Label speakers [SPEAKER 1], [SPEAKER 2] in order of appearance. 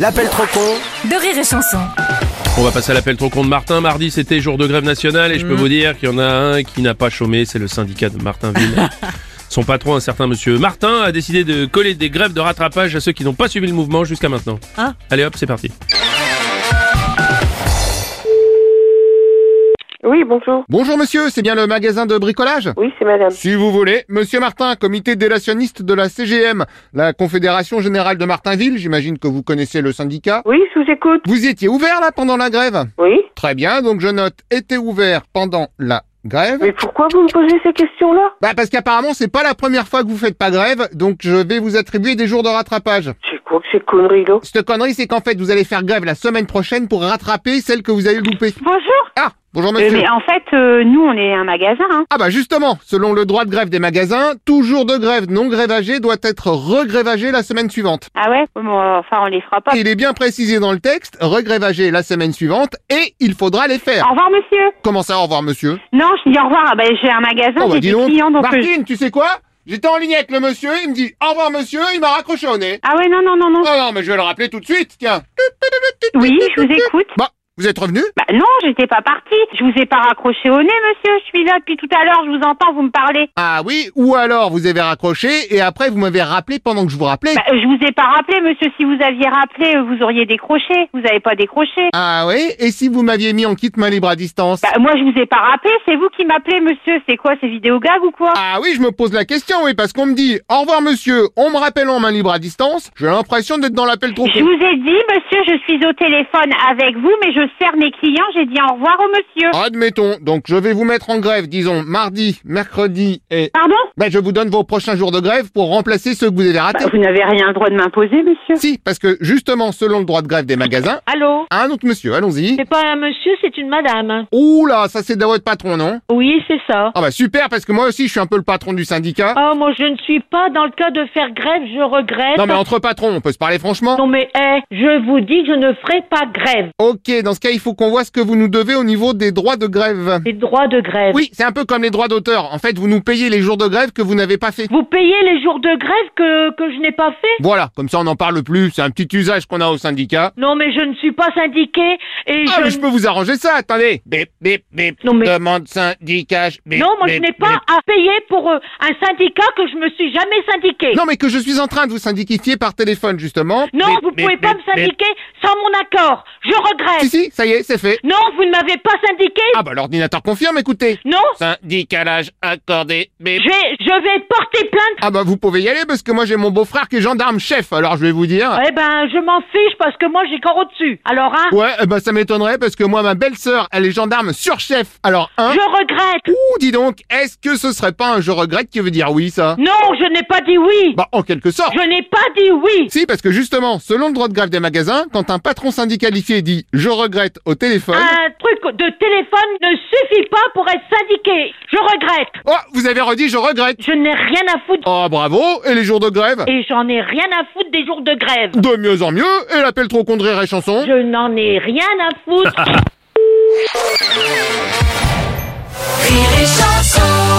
[SPEAKER 1] L'appel trop con
[SPEAKER 2] de rire et chanson.
[SPEAKER 3] On va passer à l'appel trop con de Martin. Mardi, c'était jour de grève nationale et je peux vous dire qu'il y en a un qui n'a pas chômé, c'est le syndicat de Martinville. Son patron, un certain monsieur Martin, a décidé de coller des grèves de rattrapage à ceux qui n'ont pas suivi le mouvement jusqu'à maintenant.
[SPEAKER 2] Ah.
[SPEAKER 3] Allez hop, c'est parti.
[SPEAKER 4] Oui, bonjour.
[SPEAKER 5] Bonjour monsieur, c'est bien le magasin de bricolage
[SPEAKER 4] Oui, c'est madame.
[SPEAKER 5] Si vous voulez, monsieur Martin, comité délationniste de la CGM, la Confédération Générale de Martinville, j'imagine que vous connaissez le syndicat.
[SPEAKER 4] Oui, je vous écoute.
[SPEAKER 5] Vous y étiez ouvert là pendant la grève
[SPEAKER 4] Oui.
[SPEAKER 5] Très bien, donc je note était ouvert pendant la grève.
[SPEAKER 4] Mais pourquoi vous me posez ces questions-là
[SPEAKER 5] Bah parce qu'apparemment c'est pas la première fois que vous faites pas grève, donc je vais vous attribuer des jours de rattrapage.
[SPEAKER 4] C'est quoi que ces conneries, là
[SPEAKER 5] Cette connerie c'est qu'en fait vous allez faire grève la semaine prochaine pour rattraper celle que vous avez loupée.
[SPEAKER 6] Bonjour.
[SPEAKER 5] Ah, bonjour
[SPEAKER 6] Euh,
[SPEAKER 5] monsieur.
[SPEAKER 6] mais en fait, euh, nous, on est un magasin. Hein.
[SPEAKER 5] Ah bah justement, selon le droit de grève des magasins, tout jour de grève non grévagé doit être regrévagé la semaine suivante.
[SPEAKER 6] Ah ouais Bon, euh, Enfin, on les fera pas.
[SPEAKER 5] Il est bien précisé dans le texte, regrévagé la semaine suivante et il faudra les faire.
[SPEAKER 6] Au revoir, monsieur.
[SPEAKER 5] Comment ça, au revoir monsieur
[SPEAKER 6] Non, je dis au revoir. Ah, ben, j'ai un magasin,
[SPEAKER 5] Oh bah
[SPEAKER 6] j'ai
[SPEAKER 5] dis
[SPEAKER 6] des
[SPEAKER 5] donc,
[SPEAKER 6] clients, donc... euh, je-
[SPEAKER 5] Martine, tu sais quoi J'étais en ligne avec le monsieur, il me dit au revoir monsieur, il m'a raccroché au nez.
[SPEAKER 6] Ah ouais, non, non, non, non.
[SPEAKER 5] Oh non, mais je vais le rappeler tout de suite, tiens.
[SPEAKER 6] Oui, je vous écoute.
[SPEAKER 5] Bah, vous êtes revenu
[SPEAKER 6] Bah non, j'étais pas partie. Je vous ai pas raccroché au nez, monsieur. Je suis là depuis tout à l'heure. Je vous entends, vous me parlez.
[SPEAKER 5] Ah oui, ou alors vous avez raccroché et après vous m'avez rappelé pendant que je vous rappelais.
[SPEAKER 6] Bah, je vous ai pas rappelé, monsieur. Si vous aviez rappelé, euh, vous auriez décroché. Vous avez pas décroché.
[SPEAKER 5] Ah oui, et si vous m'aviez mis en kit main libre à distance
[SPEAKER 6] Bah, moi, je vous ai pas rappelé. C'est vous qui m'appelez, monsieur. C'est quoi, ces vidéogags ou quoi
[SPEAKER 5] Ah oui, je me pose la question, oui, parce qu'on me dit au revoir monsieur, on me rappelle en main libre à distance, j'ai l'impression d'être dans l'appel trop
[SPEAKER 6] Je
[SPEAKER 5] court.
[SPEAKER 6] vous ai dit, monsieur, je suis au téléphone avec vous, mais je sers mes clients. J'ai dit au revoir au monsieur.
[SPEAKER 5] Ah. Admettons, donc je vais vous mettre en grève, disons, mardi, mercredi et...
[SPEAKER 6] Pardon
[SPEAKER 5] Ben je vous donne vos prochains jours de grève pour remplacer ceux que vous avez ratés.
[SPEAKER 6] Bah, Vous n'avez rien le droit de m'imposer, monsieur.
[SPEAKER 5] Si, parce que justement, selon le droit de grève des magasins,
[SPEAKER 7] Allô
[SPEAKER 5] un autre monsieur, allons-y.
[SPEAKER 7] C'est pas un monsieur, c'est une madame.
[SPEAKER 5] Ouh là, ça c'est de votre patron, non
[SPEAKER 7] Oui, c'est ça.
[SPEAKER 5] Ah bah super, parce que moi aussi je suis un peu le patron du syndicat.
[SPEAKER 7] Oh, moi, je ne suis pas dans le cas de faire grève, je regrette.
[SPEAKER 5] Non mais entre patrons, on peut se parler franchement.
[SPEAKER 7] Non, mais, eh, je vous dis que je ne ferai pas grève.
[SPEAKER 5] Ok, dans ce cas, il faut qu'on voit ce que vous nous devez au niveau des droits de grève.
[SPEAKER 7] Les droits de grève.
[SPEAKER 5] Oui, c'est un peu comme les droits d'auteur. En fait, vous nous payez les jours de grève que vous n'avez pas fait.
[SPEAKER 7] Vous payez les jours de grève que, que je n'ai pas fait
[SPEAKER 5] Voilà, comme ça on n'en parle plus. C'est un petit usage qu'on a au syndicat.
[SPEAKER 7] Non, mais je ne suis pas syndiqué et
[SPEAKER 5] Ah,
[SPEAKER 7] je...
[SPEAKER 5] mais je Euh, peux vous arranger ça, attendez. Bip, bip, bip.
[SPEAKER 7] Non, mais-
[SPEAKER 5] Demande syndicage. Bip,
[SPEAKER 7] Non, moi, je
[SPEAKER 5] bip,
[SPEAKER 7] n'ai pas
[SPEAKER 5] bip.
[SPEAKER 7] à payer pour euh, un syndicat que je me suis jamais syndiqué.
[SPEAKER 5] Non, mais que je suis en train de vous syndiquifier par téléphone, justement.
[SPEAKER 7] Non,
[SPEAKER 5] Bip,
[SPEAKER 7] vous
[SPEAKER 5] bip,
[SPEAKER 7] pouvez pas
[SPEAKER 5] bip,
[SPEAKER 7] me syndiquer sans mon accord. Je regrette.
[SPEAKER 5] bip. Si, si, ça y est, c'est fait.
[SPEAKER 7] Non, vous ne m'avez pas syndiqué.
[SPEAKER 5] Ah, bah l'ordinateur confirme, écoutez.
[SPEAKER 7] Non,
[SPEAKER 5] Syndicalage accordé.
[SPEAKER 7] je
[SPEAKER 5] Bip.
[SPEAKER 7] vais, je vais porter plainte.
[SPEAKER 5] Ah, bah vous pouvez y aller parce que moi j'ai mon beau-frère qui est gendarme chef, alors je vais vous dire.
[SPEAKER 7] Eh ben, je m'en fiche parce que moi j'ai corps au-dessus. Alors, hein,
[SPEAKER 5] Ouais, eh ben ça m'étonnerait parce que moi ma belle-sœur, elle est gendarme sur chef. Alors un.
[SPEAKER 7] je regrette.
[SPEAKER 5] Ouh, dis donc, est-ce que ce serait pas un je regrette qui veut dire oui, ça
[SPEAKER 7] Non, je n'ai pas dit oui.
[SPEAKER 5] Bah, en quelque sorte.
[SPEAKER 7] Je n'ai pas dit oui.
[SPEAKER 5] Si, parce que justement, selon le droit de grève des magasins, quand un patron syndicalifié dit je regrette au téléphone.
[SPEAKER 7] Un truc de téléphone ne suffit pas pour être syndiqué. Je regrette.
[SPEAKER 5] Oh, vous avez redit je regrette
[SPEAKER 7] Je n'ai rien à foutre.
[SPEAKER 5] Oh, bravo Et les jours de grève
[SPEAKER 7] Et j'en ai rien à foutre des jours de grève.
[SPEAKER 5] De mieux en mieux, et l'appel trop con de rire et chanson
[SPEAKER 7] Je n'en ai rien à foutre.
[SPEAKER 2] Rire et chanson.